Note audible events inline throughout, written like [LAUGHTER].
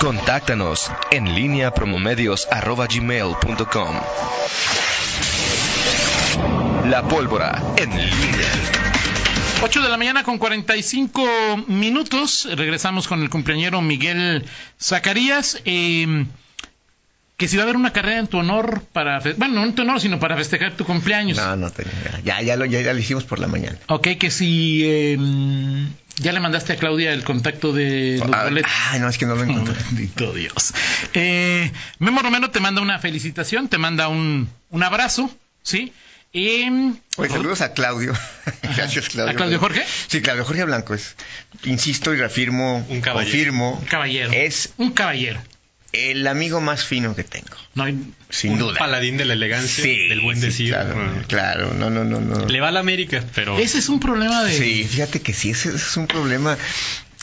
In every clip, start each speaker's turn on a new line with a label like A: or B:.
A: Contáctanos en línea promomedios.com. La pólvora en línea.
B: 8 de la mañana con 45 minutos. Regresamos con el cumpleañero Miguel Zacarías. Eh, que si va a haber una carrera en tu honor para. fe- Bueno, no en tu honor, sino para festejar tu cumpleaños.
C: No, no tenía. Ya, ya lo, ya, ya lo hicimos por la mañana.
B: Ok, que si. eh, ya le mandaste a Claudia el contacto de los
C: Ah,
B: boletos.
C: ay, no, es que no lo
B: [LAUGHS]
C: encontré.
B: Bendito Dios. Eh, Memo Romero te manda una felicitación, te manda un, un abrazo, ¿sí? Em,
C: Oye, saludos a Claudio. [LAUGHS] Gracias, Claudio.
B: ¿A Claudio Jorge?
C: Sí, Claudio Jorge Blanco es. Insisto y reafirmo,
D: Un caballero.
C: confirmo,
B: un caballero.
C: es
B: Un caballero.
C: el amigo más fino que tengo,
B: No hay-
C: sin
D: Un
C: duda.
D: paladín de la elegancia,
C: Sí,
D: del buen
C: sí,
D: decir.
C: Claro,
D: Ah.
C: claro, no, no, no, no.
D: Le va a la América, pero
B: Ese es un problema de.
C: Sí, fíjate que sí, ese es un problema.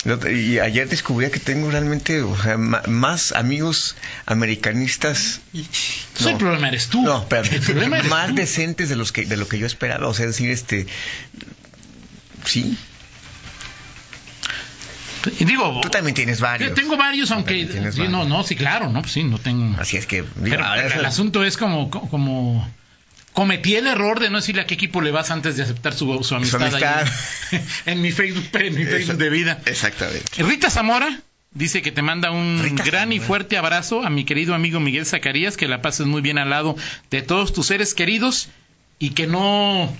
C: El otro- Y ayer descubrí que tengo realmente o sea, ma- más amigos americanistas.
B: Entonces, el problema eres tú.
C: No, espérate.
B: El problema eres
C: más
B: tú.
C: decentes de los que de lo que yo esperaba, o sea, decir este sí,
B: Y Digo,
C: tú también tienes varios.
B: yo tengo varios, aunque.
C: también tienes
B: sí, no,
C: varios.
B: no, sí, claro, no, pues sí, no tengo.
C: Así es que digo,
B: Pero
C: ahora
B: el
C: es-
B: asunto es como, co- como cometí el error de no decirle a qué equipo le vas antes de aceptar su, su amistad,
C: amistad.
B: ahí en, [LAUGHS] en mi Facebook, en mi Facebook de vida.
C: Exactamente.
B: Rita Zamora dice que te manda un
C: Rita
B: gran y
C: Zamora.
B: fuerte abrazo a mi querido amigo Miguel Zacarías, que la pases muy bien al lado de todos tus seres queridos y que no,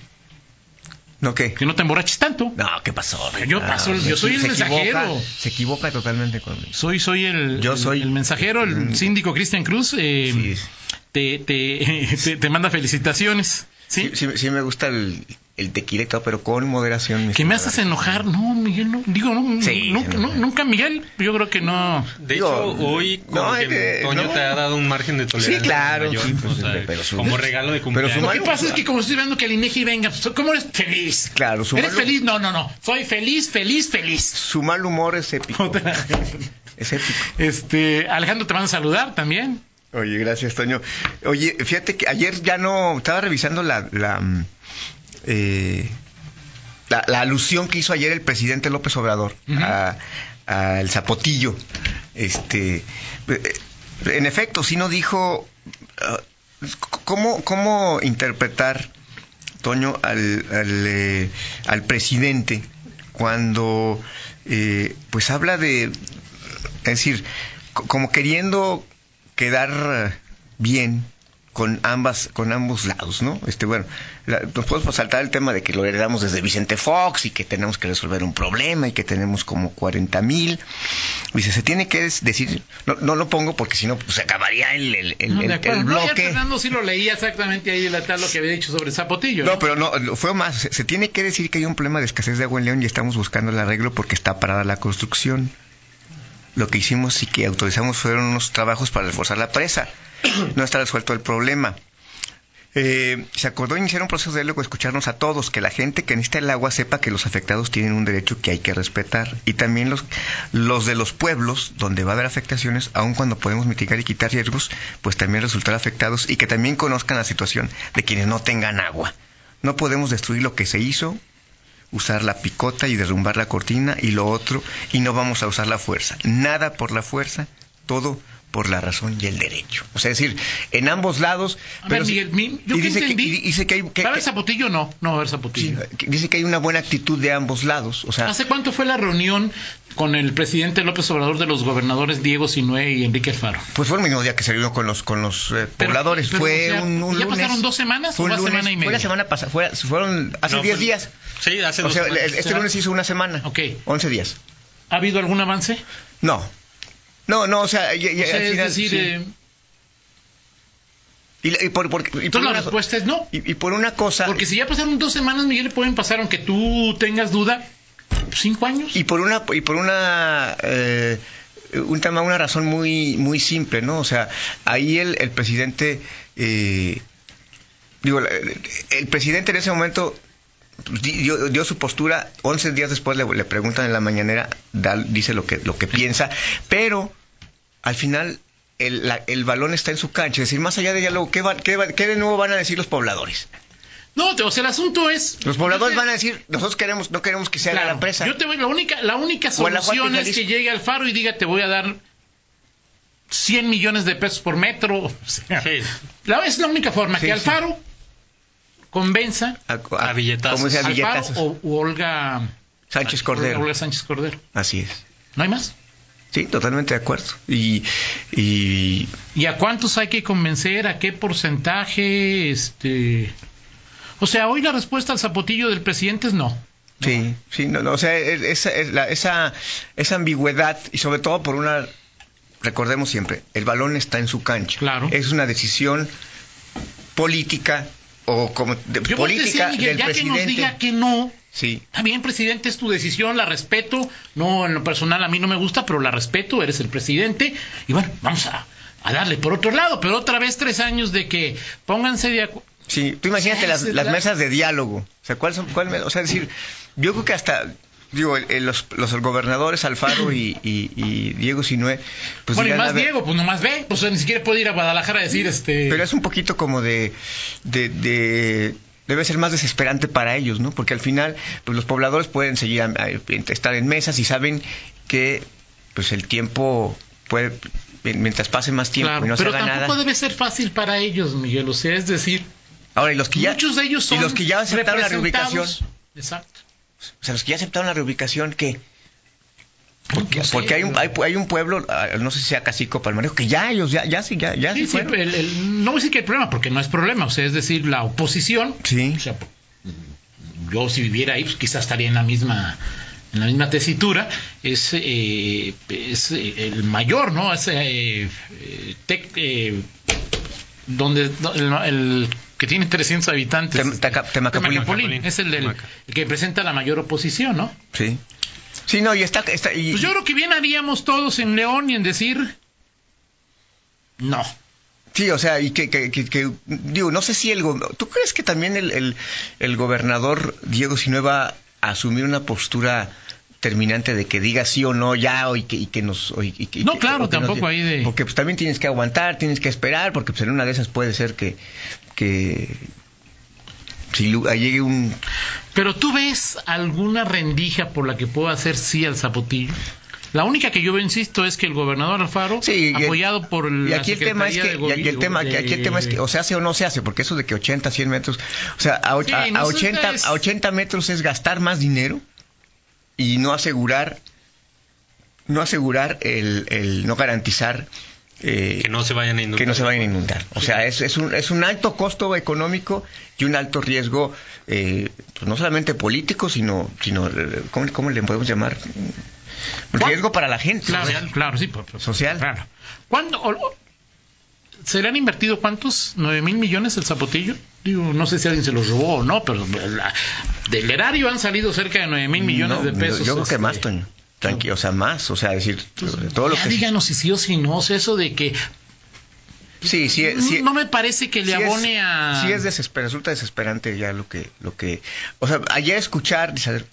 C: ¿No qué?
B: que no te emborraches tanto.
C: No, ¿qué pasó?
B: Yo
C: Ah,
B: paso el- yo
C: se-
B: soy el
C: se equivoca-
B: mensajero.
C: se equivoca totalmente conmigo.
B: Soy, soy el,
C: Yo
B: el-
C: soy-
B: el mensajero, el
C: Mm.
B: síndico Cristian Cruz. eh,
C: Sí.
B: te, te- [LAUGHS] te- te manda felicitaciones. ¿sí?
C: Sí, sí, sí me gusta el, el tequilito, pero con moderación. mi
B: Que me
C: estimado.
B: haces enojar, no, Miguel, no, digo, no,
C: Sí,
B: nunca,
C: no.
B: nu- nunca, Miguel, yo creo que no.
D: de
C: Digo,
D: hecho hoy como
C: no,
D: que
C: eh,
D: Toño
C: no.
D: te ha dado un margen de tolerancia.
C: Sí, claro,
D: mayor,
C: sí, pues,
D: o sea,
C: pero su-
D: como regalo de cumpleaños.
C: pero su-
B: Lo que pasa es que como estoy viendo que el INEGI venga, pues, ¿cómo eres feliz?
C: Claro, su
B: ¿Eres
C: malo-
B: feliz? No, no, no, soy feliz, feliz, feliz.
C: Su mal humor es épico. es épico.
B: Este, Alejandro te van a saludar también.
C: Oye, gracias, Toño. Oye, fíjate que ayer ya no. Estaba revisando la. la mm, eh, la, la alusión que hizo ayer el presidente López Obrador
B: Ujú.
C: a- al zapotillo. Este, eh, en efecto, sí no dijo ah, c- cómo, cómo interpretar Toño al, al, eh, al presidente cuando eh, pues habla de es decir co- como queriendo quedar eh, bien con ambas con ambos lados no este bueno la- nos podemos saltar el tema de que lo heredamos desde Vicente Fox y que tenemos que resolver un problema y que tenemos como 40 mil dice se tiene que des- decir no, no lo pongo porque si no pues, se acabaría el, el, el-
B: No, de
C: el- el
B: acuerdo. No, ayer
C: bloque
B: Fernando sí lo leía exactamente ahí de la tal lo que había dicho sobre Zapotillo.
C: no, pero no, lo- fue más. Se, se tiene que decir que hay un problema de escasez de agua en León y estamos buscando el arreglo porque está parada la construcción. Lo que hicimos y que autorizamos fueron unos trabajos para reforzar la presa. No está resuelto el problema. Eh, se acordó iniciar un proceso de diálogo, escucharnos a todos, que la gente que necesita el agua sepa que los afectados tienen un derecho que hay que respetar y también los, los de los pueblos donde va a haber afectaciones, aun cuando podemos mitigar y quitar riesgos, pues también resultar afectados y que también conozcan la situación de quienes no tengan agua. No podemos destruir lo que se hizo, usar la picota y derrumbar la cortina y lo otro, y no vamos a usar la fuerza. Nada por la fuerza, todo por la razón y el derecho. O sea, es decir, en ambos lados...
B: A ver,
C: sí-
B: Miguel, mi- ¿yo
C: y
B: qué
C: dice que,
B: entendí?
C: y dice que hay... que-
B: ¿Va a haber
C: que-
B: Zapotillo? No, no va a haber
C: sí,
B: Zapotillo.
C: que dice que hay una buena actitud de ambos lados. O sea,
B: ¿Hace cuánto fue la reunión con el presidente López Obrador de los gobernadores Diego Sinué y Enrique Alfaro?
C: pues fue el mismo día que se reunió con los, con los eh,
B: Pero-
C: pobladores.
B: pero,
C: fue
B: o sea,
C: un, un
B: ¿ya
C: lunes.
B: pasaron dos semanas
C: Fue
B: o
C: un
B: va
C: lunes.
B: semana y
C: Fue la
B: media?
C: semana pasada. fue- fueron hace
D: No,
C: 10
D: fue-
C: días.
D: Sí, hace
C: O
D: dos
C: sea,
D: semanas.
C: el- este
B: sea,
C: lunes hizo una semana.
B: Ok.
C: 11 días.
B: ¿Ha habido algún avance?
C: No. No, no, o sea, ya- ya-
B: O sea,
C: al
B: es
C: final,
B: decir,
C: sí.
B: eh,
C: y, la- y por, por- y por
B: entonces la
C: una-
B: respuesta es no.
C: y- y por una cosa
B: Porque si ya pasaron dos semanas, Miguel, pueden pasar, aunque tú tengas duda, cinco años.
C: y por una y por una eh, un tema una razón muy muy simple no o sea ahí el, el presidente eh, digo la- el presidente en ese momento di- dio, dio su postura 11 días después le, le preguntan en la mañanera da- dice lo que lo que piensa pero al final el, la- el balón está en su cancha es decir más allá de diálogo qué, va- qué va- qué de nuevo van a decir los pobladores
B: No, te- o sea, el asunto es...
C: los pobladores
B: Yo te-
C: van a decir nosotros queremos no queremos que se haga
B: Claro,
C: la presa
B: Yo te voy, la única, la única
C: Guanajuato y
B: solución es que
C: Jalisco.
B: llegue Alfaro y diga, te voy a dar 100 millones de pesos por metro. [LAUGHS] o sea,
D: Sí.
B: la- es la única forma que
C: Sí, sí.
B: Alfaro
C: A,
B: convenza
C: a-
D: A billetazos.
C: ¿Cómo se
B: a Alfaro
C: llama? Billetazos.
B: o u Olga,
C: Sánchez
B: Olga
C: Cordero.
B: Sánchez Cordero.
C: Así es.
B: ¿No hay más?
C: Sí, totalmente de acuerdo. Y, y
B: ¿Y a cuántos hay que convencer? ¿A qué porcentaje? Este, O sea, hoy la respuesta al zapotillo del presidente es no.
C: Sí, sí, no, no, o sea, es- esa, es la- esa, esa ambigüedad y sobre todo por una, recordemos siempre, el balón está en su cancha.
B: Claro.
C: Es una decisión política o como de-
B: Yo voy a decir,
C: política
B: Miguel,
C: del
B: ya que nos
C: presidente.
B: diga que no,
C: Sí,
B: Está bien, presidente, es tu decisión, la respeto. No, en lo personal a mí no me gusta, pero la respeto, eres el presidente. Y bueno, vamos a, a darle por otro lado, pero otra vez tres años de que pónganse de acuerdo.
C: sí. Tú imagínate
B: Sí,
C: las,
B: sí,
C: las
B: claro.
C: mesas de diálogo. O sea, ¿cuál son, cuál, me- o sea, decir, yo creo que hasta, digo, el- el- los, los gobernadores Alfaro y, y- y Diego Sinue, pues
B: bueno, y
C: dirán,
B: más
C: a ver,
B: Diego, pues nomás ve, pues ni siquiera puede ir a Guadalajara a decir este.
C: Pero es un poquito como de, de, de- debe ser más desesperante para ellos, ¿no? Porque al final pues, los pobladores pueden seguir a- a- estar en mesas y saben que pues el tiempo puede mientras pase más tiempo
B: Claro,
C: y no se
B: pero
C: haga
B: tampoco
C: nada.
B: debe ser fácil para ellos, Miguel. O sea, es decir,
C: Ahora y los que ya
B: muchos de ellos son.
C: y los que ya aceptaron la
B: representados.
C: reubicación,
B: Exacto.
C: o sea, los que ya aceptaron la reubicación qué? Porque,
B: No sé,
C: porque hay, un,
B: pero-
C: hay, hay un pueblo, ah, no sé si sea Cacico Palmarejo, que ya ellos, ya, ya sí, ya, ya
B: Sí,
C: se
B: sí,
C: fueron.
B: el- el- no voy a decir que hay problema, porque no es problema. O sea, es decir, la oposición
C: Sí.
B: O sea, po- yo si viviera ahí, pues quizás estaría en la misma en la misma tesitura, es, eh, es eh, el mayor, ¿no? Es, eh, eh, tec- eh, donde do- el, el que tiene 300 habitantes.
C: Tem- Taca- Temacapulín.
B: Temacapulín, Es el, del,
D: Temaca.
B: el que presenta la mayor oposición, ¿no?
C: Sí. Sí, no, y está, está y,
B: Pues yo creo que bien haríamos todos en León y en decir, no.
C: Sí, o sea, y que, que- que- que- digo, no sé si el... go- ¿Tú crees que también el, el- el gobernador Diego Sinue va a asumir una postura terminante de que diga sí o no ya o y que, y que nos... o y- y que-
B: No,
C: y que-
B: claro,
C: o que nos
B: tampoco
C: di-
B: ahí de-
C: Porque pues también tienes que aguantar, tienes que esperar, porque pues en una de esas puede ser que... que si lu- ahí llegue un...
B: Pero tú ves alguna rendija por la que pueda hacer sí al zapotillo. La única que yo veo, insisto, es que el gobernador Alfaro,
C: Sí, y-
B: apoyado por
C: Y
B: la
C: aquí el tema es que...
B: Secretaría
C: Y
B: de
C: aquí el
B: Gobi-
C: tema,
B: de-
C: aquí el tema es que o se hace o no se hace, porque eso de que 80, 100 metros... O sea, a, och-
B: Sí,
C: a-
B: no,
C: a
B: eso
C: 80,
B: es-
C: a 80 metros es gastar más dinero y no asegurar... No asegurar el... el- no garantizar... eh,
D: Que no se vayan a inundar.
C: que no se vayan a inundar. O sea, es, es, un, es un alto costo económico y un alto riesgo, eh, pues no solamente político, sino, sino eh, ¿cómo, cómo le podemos llamar?
B: Bueno,
C: Riesgo para la gente.
B: Claro,
C: o sea,
B: claro, sí. por- por-
C: Social.
B: Claro. ¿Cuándo, o- o- ¿Se le han invertido cuántos? ¿Nueve mil millones el zapotillo? Digo, no sé si alguien se los robó o no, pero la- del erario han salido cerca de nueve mil millones
C: No,
B: de pesos.
C: Yo, yo creo que
B: este,
C: más, Toño. Tranquilo, o sea, más. O sea, decir, todo lo
B: ya
C: que.
B: díganos si sí o si no, o sea, eso de que
C: Sí, sí, sí.
B: no me parece que le
C: sí es-
B: abone a...
C: Sí, es desesper- resulta desesperante ya lo que, lo que. O sea, ayer escuchar y saber-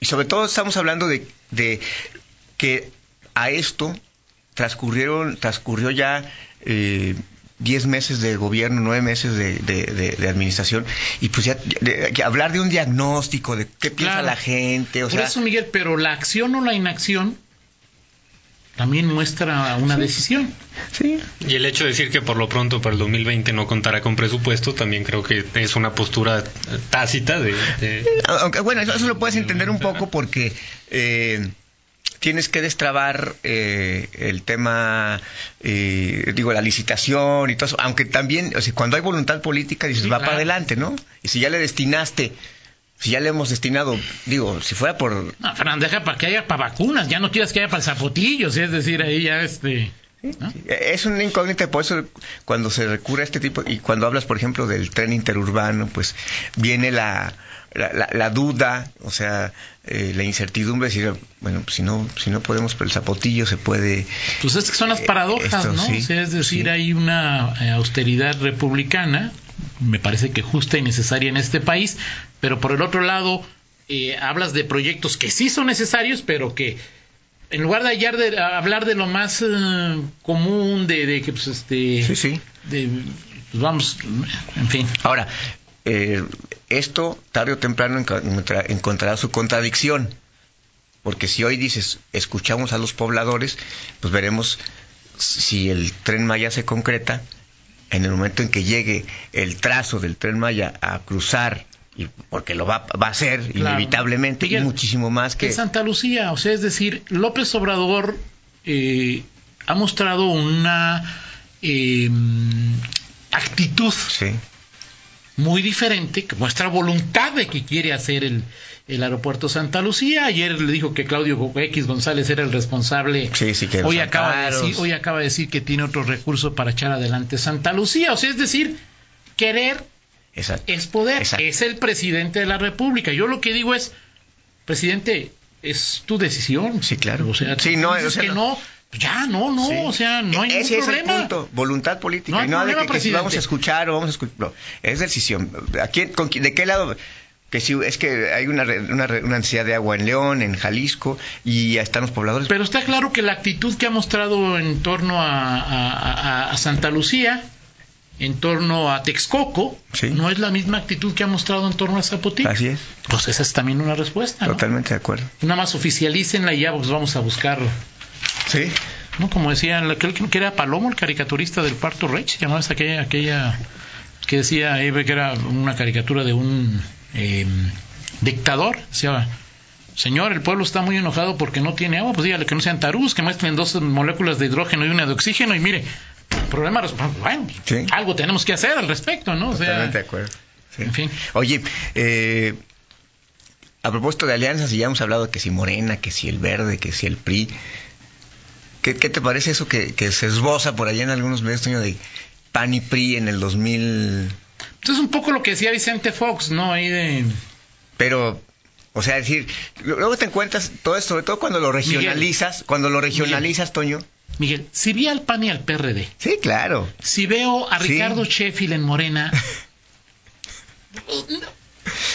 C: Y sobre todo estamos hablando de, de que a esto transcurrieron, transcurrió ya. eh, 10 meses de gobierno, 9 meses de, de- de- de administración, y pues ya de- de- hablar de un diagnóstico, de qué piensa
B: Claro.
C: la gente, o
B: Por
C: sea,
B: eso, Miguel, pero la acción o la inacción también muestra una decisión.
C: sí,
D: Y el hecho de decir que por lo pronto para el 2020 no contará con presupuesto, también creo que es una postura eh, tácita de... [LAUGHS] de-
C: Aunque, bueno, eso, eso lo puedes entender un poco porque eh, tienes que destrabar eh, el tema, eh, digo, la licitación y todo eso. Aunque también, o sea, cuando hay voluntad política, dices,
B: Sí,
C: va
B: claro.
C: para adelante, ¿no? Y si ya le destinaste, si ya le hemos destinado, digo, si fuera por...
B: No, Fernanda, deja para que haya para vacunas, ya no quieras que haya para zapotillos, es decir, ahí ya este... ¿no?
C: Es una incógnita, por eso cuando se recurre a este tipo, y cuando hablas, por ejemplo, del tren interurbano, pues viene la, la, la- la duda, o sea, eh, la incertidumbre, de decir, bueno, pues, si no, si no podemos, pero el zapotillo se puede...
B: Pues es que son las paradojas,
C: Eh, Esto,
B: ¿no?
C: sí,
B: O sea, es decir,
C: sí.
B: hay una eh, austeridad republicana, me parece que justa y necesaria en este país, pero por el otro lado, eh, hablas de proyectos que sí son necesarios, pero que en lugar de, hallar de- a- hablar de lo más eh, común, de, de que pues este...
C: Sí, sí.
B: de- pues, vamos, en fin.
C: Ahora, eh, esto tarde o temprano enca- encontra- encontrará su contradicción. Porque si hoy dices, escuchamos a los pobladores, pues veremos si el tren Maya se concreta, en el momento en que llegue el trazo del tren Maya a cruzar, y porque lo va, va a hacer
B: Claro.
C: inevitablemente,
B: Miguel,
C: y muchísimo más que...
B: que Santa Lucía, o sea, es decir, López Obrador eh, ha mostrado una eh, actitud
C: Sí,
B: muy diferente, que muestra voluntad de que quiere hacer el, el aeropuerto Santa Lucía. Ayer le dijo que Claudio X González era el responsable.
C: Sí, sí, que los
B: hoy, acaba de
C: amparos.
B: decir, hoy acaba de decir que tiene otro recurso para echar adelante Santa Lucía. O sea, es decir, querer
C: exacto.
B: es poder,
C: Exacto.
B: es el presidente de la República. Yo lo que digo es, presidente, es tu decisión.
C: Sí, claro.
B: O sea,
C: Sí,
B: tú
C: no,
B: dices
C: o sea,
B: que
C: no.
B: no, ya, no, no,
C: Sí. E-,
B: o sea, no hay ningún
C: Ese
B: problema.
C: es el punto, voluntad política.
B: No
C: No,
B: hay
C: no de
B: problema,
C: que, que si vamos
B: presidente.
C: a escuchar o vamos a escuchar. No, es decisión. ¿A quién- con quién- ¿De qué lado? Que si es que hay una, re- una, re- una ansiedad de agua en León, en Jalisco, y ya están los pobladores.
B: Pero está claro que la actitud que ha mostrado en torno a, a- a- a Santa Lucía, en torno a Texcoco,
C: Sí.
B: no es la misma actitud que ha mostrado en torno a Zapotín.
C: Así es,
B: Pues esa es también una respuesta. Ah, ¿no?
C: totalmente de acuerdo.
B: Nada más oficialícenla y ya pues, vamos a buscarlo.
C: Sí,
B: No, como decía, la- creo que era Palomo, el caricaturista del Parto Rey, se llamaba esa aquella, aquella que decía Eve que era una caricatura de un eh, dictador. Decía, señor, el pueblo está muy enojado porque no tiene agua, pues dígale que no sean tarús, que muestren dos moléculas de hidrógeno y una de oxígeno y mire, problema, res- bueno,
C: Sí.
B: algo tenemos que hacer al respecto, ¿no? O sea,
C: totalmente de acuerdo. Sí.
B: en fin.
C: Oye, eh, a propósito de alianzas, y ya hemos hablado que si Morena, que si el Verde, que si el PRI, ¿qué, qué te parece eso que, que se esboza por allá en algunos medios Toño, de PAN y PRI en el 2000?
B: Entonces un poco lo que decía Vicente Fox, ¿no? Ahí de...
C: Pero, o sea, decir, lo- luego te encuentras todo esto, sobre todo cuando lo regionalizas, cuando lo regionalizas, Toño.
B: Miguel, si vi al PAN y al PRD,
C: Sí, claro.
B: si veo a
C: Sí.
B: Ricardo Sheffield en Morena,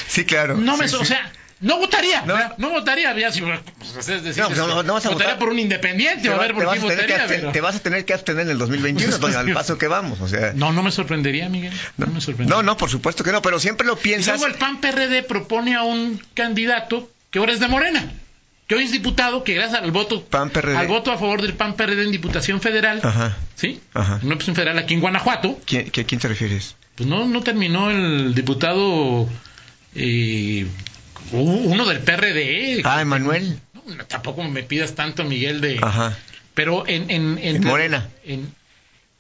C: Sí, claro.
B: No
C: Sí,
B: me,
C: sí.
B: o sea, no votaría,
C: No.
B: no, votaría, ya si, pues, es decir,
C: No, pues, no, no vas a
B: votaría
C: votar.
B: por un independiente,
C: Te,
B: a
C: va-
B: ver
C: te
B: por
C: vas
B: quién
C: a tener que
B: votaría,
C: absten-
B: pero-
C: te vas a tener que abstener en
B: [LAUGHS]
C: el 2021, Toño, al paso que vamos. O sea,
B: No, no me sorprendería, Miguel, no, me sorprendería.
C: no, no, por supuesto que no, pero siempre lo
B: y
C: piensas.
B: luego el PAN PRD propone a un candidato que ahora es de Morena, que hoy es diputado, que gracias al voto
C: PAN PRD.
B: al voto a favor del PAN PRD en Diputación Federal,
C: Ajá.
B: ¿sí?
C: Ajá.
B: En una opción federal aquí en Guanajuato,
C: ¿Quién, qué- quién te refieres?
B: pues no, no terminó el diputado eh, uno del PRD.
C: Ah, Emanuel.
B: No, tampoco me pidas tanto, Miguel, de...
C: Ajá.
B: Pero en... En,
C: En Morena.
B: en-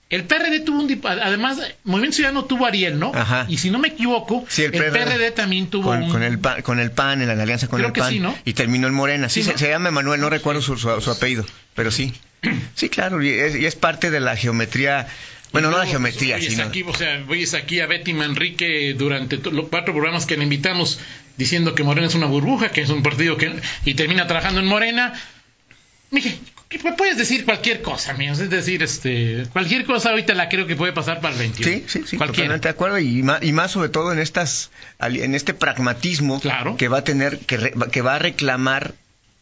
B: el PRD tuvo un... dip- Además, Movimiento Ciudadano tuvo a Ariel, ¿no?
C: Ajá.
B: Y si no me equivoco,
C: Sí,
B: el,
C: el
B: PRD,
C: PRD
B: también tuvo
C: Con,
B: un...
C: con el pan, con el PAN, en la alianza con
B: Creo
C: el
B: que
C: PAN.
B: sí, ¿no?
C: Y terminó en Morena. Sí,
B: Sí,
C: se,
B: ¿no?
C: se llama Manuel, no recuerdo su, su- su apellido,
B: [CLEARS THROAT]
C: pero sí. Sí, claro, y es, y es parte de la geometría. Bueno, no la geometría,
B: Oye,
C: sino.
B: aquí, o sea, oyes aquí a Betty Manrique durante to- los cuatro programas que le invitamos diciendo que Morena es una burbuja, que es un partido que... Y termina trabajando en Morena. Mije, que pu- puedes decir cualquier cosa, amigos. Es decir, este cualquier cosa ahorita la creo que puede pasar para el 21.
C: Sí, sí, sí,
B: Cualquiera.
C: totalmente de acuerdo y más, y más sobre todo en estas ali- en este pragmatismo
B: Claro.
C: que va a tener que re- que va a reclamar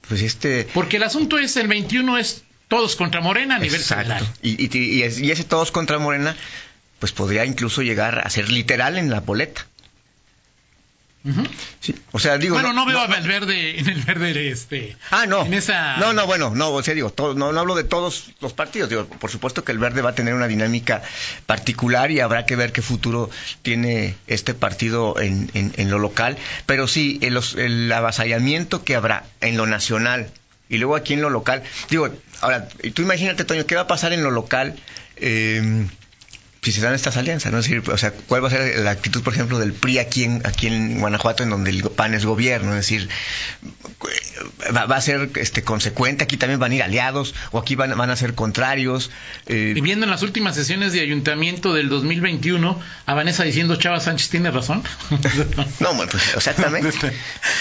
C: pues este
B: Porque el asunto es el 21 es todos contra Morena a nivel
C: Exacto.
B: federal.
C: Y, y- y es- y ese todos contra Morena, pues podría incluso llegar a ser literal en la boleta.
B: Ujú.
C: Sí. O sea, digo.
B: bueno, no, veo a Valverde en el verde de este.
C: Ah, no.
B: En esa.
C: No, no, bueno, no, o sea, digo, todo- no, no hablo de todos los partidos. Digo, por supuesto que el verde va a tener una dinámica particular y habrá que ver qué futuro tiene este partido en, en- en lo local. Pero sí, el, os- el avasallamiento que habrá en lo nacional y luego aquí en lo local. Digo, ahora, tú imagínate, Toño, ¿qué va a pasar en lo local? Eh, si se dan estas alianzas, ¿no? Es decir, o sea, ¿cuál va a ser la actitud, por ejemplo, del PRI aquí en, aquí en Guanajuato, en donde el PAN es gobierno? Es decir, va, va a ser este, consecuente, aquí también van a ir aliados, o aquí van, van a ser contrarios. eh,
B: Y viendo en las últimas sesiones de ayuntamiento del 2021 a Vanessa diciendo Chava Sánchez tiene razón. [LAUGHS]
C: no, bueno, pues, exactamente.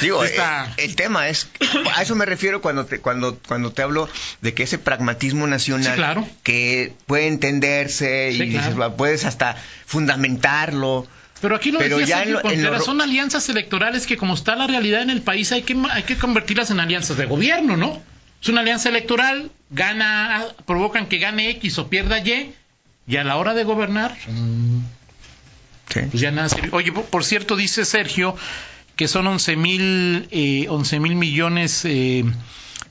C: Digo, eh,
B: Está-
C: el tema es, a eso me refiero cuando te, cuando, cuando te hablo de que ese pragmatismo nacional,
B: Sí, claro.
C: que puede entenderse
B: Sí,
C: y
B: claro.
C: dices, va, puedes hasta fundamentarlo.
B: Pero aquí lo
C: Pero
B: decía
C: ya
B: Sergio
C: en lo- en
B: Contreras,
C: lo-
B: son alianzas electorales que como está la realidad en el país hay que, ma- hay que convertirlas en alianzas de gobierno, ¿no? Es una alianza electoral, gana, ah, provocan que gane X o pierda Y, y a la hora de gobernar
C: Sí.
B: pues ya nada sirvió. Oye, por- por cierto, dice Sergio que son 11 mil eh, 11 mil millones eh,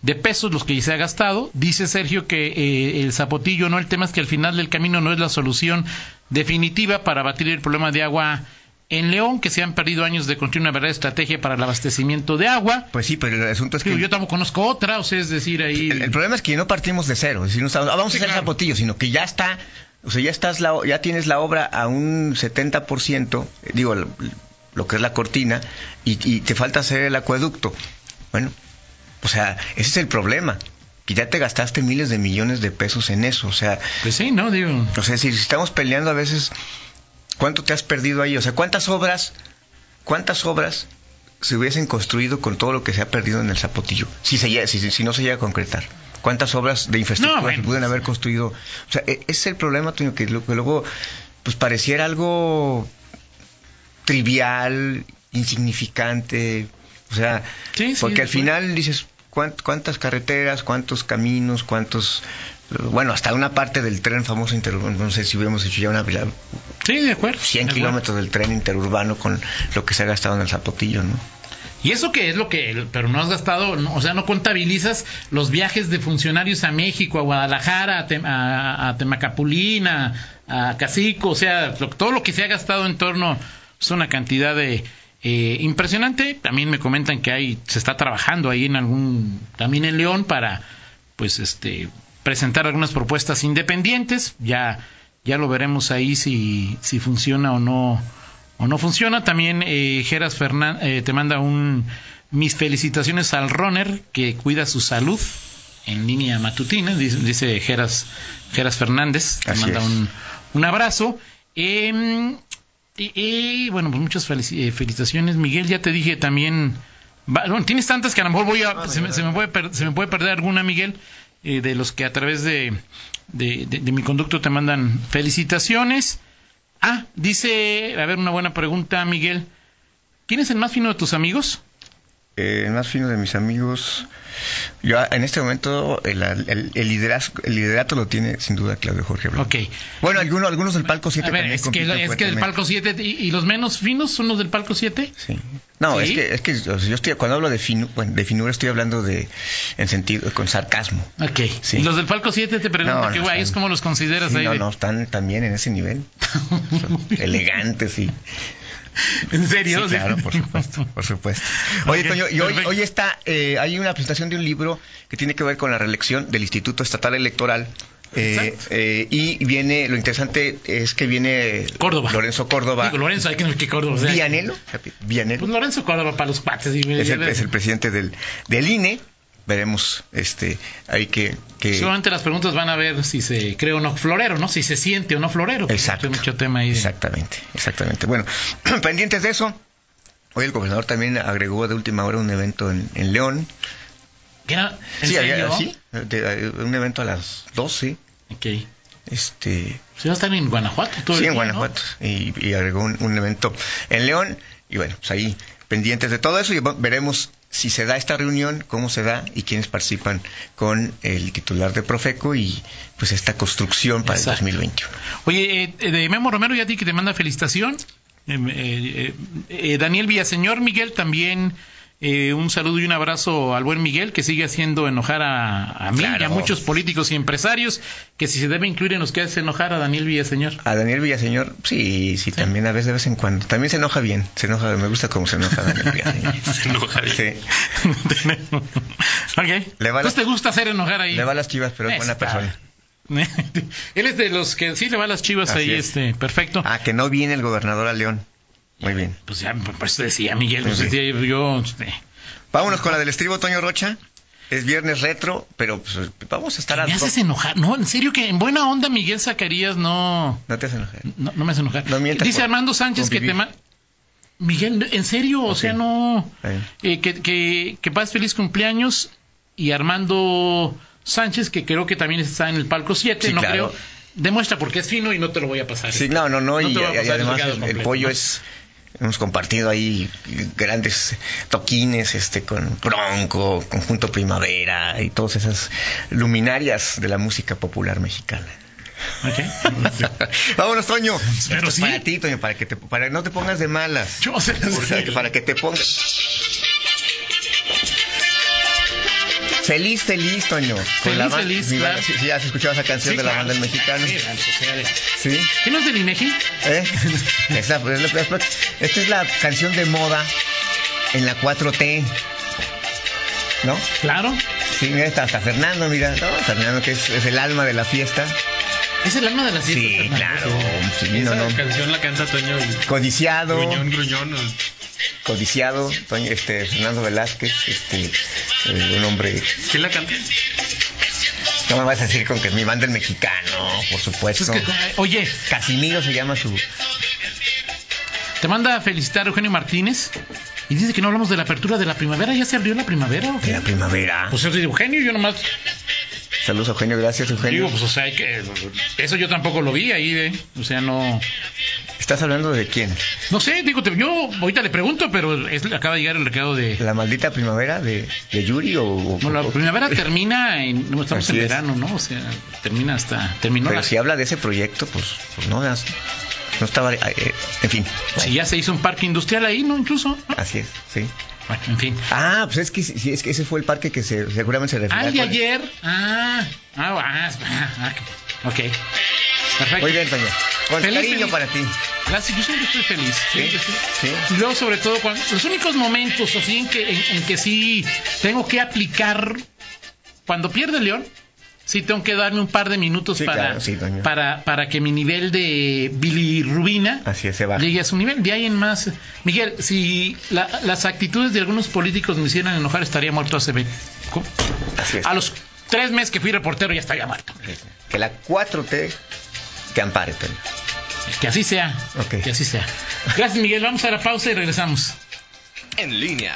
B: de pesos los que se ha gastado. Dice Sergio que eh, el zapotillo no, el tema es que al final del camino no es la solución definitiva para batir el problema de agua en León, que se han perdido años de construir una verdadera estrategia para el abastecimiento de agua.
C: Pues sí, pero el asunto es que...
B: Digo, yo tampoco conozco otra, o sea, es decir, ahí...
C: El, el problema es que no partimos de cero, es decir, no estamos, ah, vamos
B: Sí,
C: a hacer
B: claro.
C: zapotillo, sino que ya está, o sea, ya estás la, o- ya tienes la obra a un 70%, eh, digo, lo, lo que es la cortina, y, y te falta hacer el acueducto. Bueno, o sea, ese es el problema, que ya te gastaste miles de millones de pesos en eso, o sea,
B: Pues sí, ¿no? Digo...
C: o sea, si estamos peleando a veces, ¿cuánto te has perdido ahí? O sea, ¿cuántas obras, cuántas obras se hubiesen construido con todo lo que se ha perdido en el Zapotillo? Si, se llega- si, si- si no se llega a concretar. ¿Cuántas obras de infraestructura
B: No, bueno,
C: se pueden haber construido? O sea, e- ese es el problema, Toño, que, lo- que luego pues pareciera algo trivial, insignificante. O sea,
B: Sí, sí,
C: porque al
B: de acuerdo.
C: final dices, ¿cuánt- ¿cuántas carreteras, cuántos caminos, cuántos... Bueno, hasta una parte del tren famoso, interurbano, no sé si hubiéramos hecho ya una la-
B: Sí, de acuerdo.
C: 100
B: de acuerdo.
C: kilómetros del tren interurbano con lo que se ha gastado en el zapotillo, ¿no?
B: Y eso que es lo que, pero no has gastado, no, o sea, no contabilizas los viajes de funcionarios a México, a Guadalajara, a, Tem- a- a Temacapulina, a Cacico, o sea, lo- todo lo que se ha gastado en torno es una cantidad de eh, impresionante. También me comentan que hay, se está trabajando ahí en algún, también en León para, pues, este, presentar algunas propuestas independientes. Ya, ya lo veremos ahí si, si funciona o no o no funciona. También eh, Geras Fernan- eh, te manda un mis felicitaciones al runner que cuida su salud en línea matutina, dice, dice Geras, Geras Fernández. Te
C: Así
B: manda
C: es.
B: un, un abrazo. Em, y, y, bueno, pues muchas felici- eh, felicitaciones. Miguel, ya te dije también. va- bueno, tienes tantas que a lo mejor voy a, se, me, se me puede per- se me puede perder alguna, Miguel, eh, de los que a través de, de- de- de mi conducto te mandan felicitaciones. Ah, dice, a ver, una buena pregunta, Miguel. ¿Quién es el más fino de tus amigos?
C: Eh, el más fino de mis amigos, yo ah, en este momento el, el- el liderazgo- el liderato lo tiene sin duda Claudio Jorge Blanco.
B: Ok.
C: Bueno, algunos, algunos del palco 7
B: A ver,
C: también
B: es que,
C: compiten
B: es que el
C: fuertemente.
B: palco 7 y, y los menos finos son los del palco 7.
C: Sí. No,
B: ¿Sí?
C: es que, es que o sea, yo estoy, cuando hablo de, finu- bueno, de finura estoy hablando de, en sentido, con sarcasmo.
B: Ok.
C: Sí.
B: Y los del palco 7 te
C: No,
B: preguntan
C: no,
B: qué guay,
C: están-
B: es como los consideras
C: Sí,
B: ahí.
C: no,
B: de-
C: no, están también en ese nivel. Son elegantes y...
B: [LAUGHS] ¿En serio?
C: Sí,
B: O sea-
C: claro, por supuesto,
B: [LAUGHS]
C: por supuesto. Oye,
B: Ok,
C: Toño, y hoy,
B: perfecto.
C: hoy está, eh, hay una presentación de un libro que tiene que ver con la reelección del Instituto Estatal Electoral. eh,
B: Exacto.
C: eh, y viene, lo interesante es que viene
B: Córdoba.
C: Lorenzo Córdoba.
B: Digo, Lorenzo, hay que no que Córdoba. o sea,
C: Vianelo. Vianelo.
B: Pues Lorenzo Córdoba para los cuates. dime,
C: es, el,
B: ya-
C: es el presidente del, del INE. Veremos, este, hay que... que-
B: Solamente las preguntas van a ver si se cree o no florero, ¿no? Si se siente o no florero.
C: Exacto.
B: Hay mucho tema ahí. de-
C: Exactamente, exactamente. Bueno, [CLEARS THROAT] pendientes de eso. Hoy el gobernador también agregó de última hora un evento en, en León.
B: ¿Qué era? ¿En
C: Sí, había-
B: serio?
C: sí, de- de- un evento a las 12.
B: Ok.
C: Este,
B: Se va a estar en Guanajuato todo
C: sí,
B: el día,
C: en
B: ¿no?
C: Guanajuato. Y, y agregó un, un evento en León. Y bueno, pues ahí pendientes de todo eso y va- veremos si se da esta reunión, cómo se da y quiénes participan con el titular de Profeco y pues esta construcción para
B: Exacto.
C: el 2021.
B: Oye, eh, eh, de Memo Romero, ya a ti que te manda felicitación. Eh, eh, eh, eh, Daniel Villaseñor, Miguel, también eh, un saludo y un abrazo al buen Miguel, que sigue haciendo enojar a, a mí
C: Claro.
B: y a muchos políticos y empresarios, que si se debe incluir en los que hace enojar a Daniel Villaseñor.
C: A Daniel Villaseñor, sí, sí, también a veces de vez en cuando. También se enoja bien, se enoja, me gusta cómo se enoja
B: [LAUGHS]
C: Daniel Villaseñor.
D: Se enoja bien.
C: Sí,
B: ok.
C: Le va la-
B: Entonces te gusta hacer enojar ahí.
C: le va a las chivas, pero es buena
B: Está.
C: persona.
B: [LAUGHS] Él es de los que sí le va a las chivas
C: Así
B: ahí,
C: es.
B: este, perfecto.
C: Ah, que no viene el gobernador a León. Muy bien.
B: Pues ya, por eso decía Miguel, pues
C: Sí.
B: decía yo, este,
C: Vámonos con la del estribo, Toño Rocha. Es viernes retro, pero pues, vamos a estar a
B: Me haces enojar. No, en serio que en buena onda Miguel Zacarías no.
C: No te haces enojar.
B: No, no me hace enojar.
C: No mientas
B: Dice
C: por
B: Armando Sánchez que te
C: convivir.
B: ma- Miguel, en serio, o
C: Ok.
B: sea, no.
C: Está bien.
B: eh, que, que, que pases feliz cumpleaños. Y Armando Sánchez, que creo que también está en el palco 7,
C: Sí,
B: no
C: claro.
B: creo. Demuestra porque es fino y no te lo voy a pasar.
C: Sí, no, no, no. y,
B: te voy a
C: y
B: pasar el
C: además
B: recado
C: el, el
B: completo,
C: pollo
B: ¿no?
C: es. Hemos compartido ahí grandes toquines este, con Bronco, Conjunto Primavera y todas esas luminarias de la música popular mexicana. [LAUGHS]
B: Ok.
C: Vámonos, Toño.
B: Pero
C: Esto es
B: sí.
C: Para ti, Toño, para que, te, para que no te pongas de malas.
B: Yo se las-
C: O sea, que para que te pongas. Feliz, feliz, Toño. Con
B: Feliz,
C: ban-
B: feliz,
C: mi banda-
B: claro.
C: sí, sí, has escuchado esa canción
B: Sí,
C: de la
B: claro.
C: banda del mexicano.
B: Sí, las sociales.
C: Sí.
B: ¿Qué no es del INEGI?
C: ¿Eh? [LAUGHS] Esa, pues, es la- es la- esta es la canción de moda en la 4T. ¿No?
B: Claro.
C: Sí, mira, está, hasta Fernando, mira. No, Fernando, que es, es el alma de la fiesta.
B: Es el alma de la fiesta.
C: Sí,
B: Fernando.
C: claro. Sí, no,
D: Esa
C: no.
D: canción la canta Toño
C: Codiciado.
D: Gruñón, Gruñón. o-
C: codiciado, Toño, este, Fernando Velázquez, este, eh, un hombre,
D: ¿Quién la canta?
C: no me vas a decir con que mi banda el mexicano, por
B: Pues
C: supuesto.
B: que- eh, oye,
C: Casimiro se llama su...
B: te manda a felicitar Eugenio Martínez y dice que no hablamos de la apertura de la primavera. ¿Ya se abrió la primavera o
C: de
B: qué?
C: la primavera.
B: Pues es de Eugenio, yo nomás
C: Saludos, Eugenio, gracias, Eugenio.
B: digo, pues o sea, hay que, eso yo tampoco lo vi ahí, eh. o sea, no, pues,
C: ¿Estás hablando de quién?
B: no sé, digo, te- yo ahorita le pregunto, pero es, acaba de llegar el recado de,
C: ¿La maldita primavera de, de Yuri o...? o-
B: No, la
C: o-
B: primavera termina en. No, estamos
C: Así
B: en
C: es.
B: verano, ¿no? O sea, termina hasta. Terminó
C: Pero
B: la.
C: si habla de ese proyecto, pues, pues no, no estaba... eh, eh, en fin,
B: si ya se hizo un parque industrial ahí, ¿no? Incluso. ¿no?
C: así es, sí.
B: Bueno, en fin.
C: Ah, pues es que, sí, es que ese fue el parque que se, seguramente se refiere
B: Al de ayer. Ah, ah, ah, ah, ah, ok. Perfecto.
C: Muy bien, Toño. Con
B: Feliz,
C: cariño
B: feliz.
C: para ti.
B: Gracias, yo siempre estoy feliz.
C: Sí,
B: siempre estoy-
C: sí.
B: Y luego, sobre todo, cuando, los únicos momentos así en que, en, en que sí tengo que aplicar, cuando pierde León, sí tengo que darme un par de minutos
C: Sí,
B: para,
C: claro, sí, Toño.
B: para, para que mi nivel de bilirrubina
C: Así es, se va.
B: llegue a su nivel. De ahí en más, Miguel, si la- las actitudes de algunos políticos me hicieran enojar, estaría muerto hace 20. ¿Cómo?
C: Así es.
B: A los tres meses que fui reportero ya estaría muerto.
C: Que la 4T te ampare, Toño.
B: Que así sea.
C: Ok.
B: Que así sea. Gracias, Miguel. Vamos a la pausa y regresamos.
A: En línea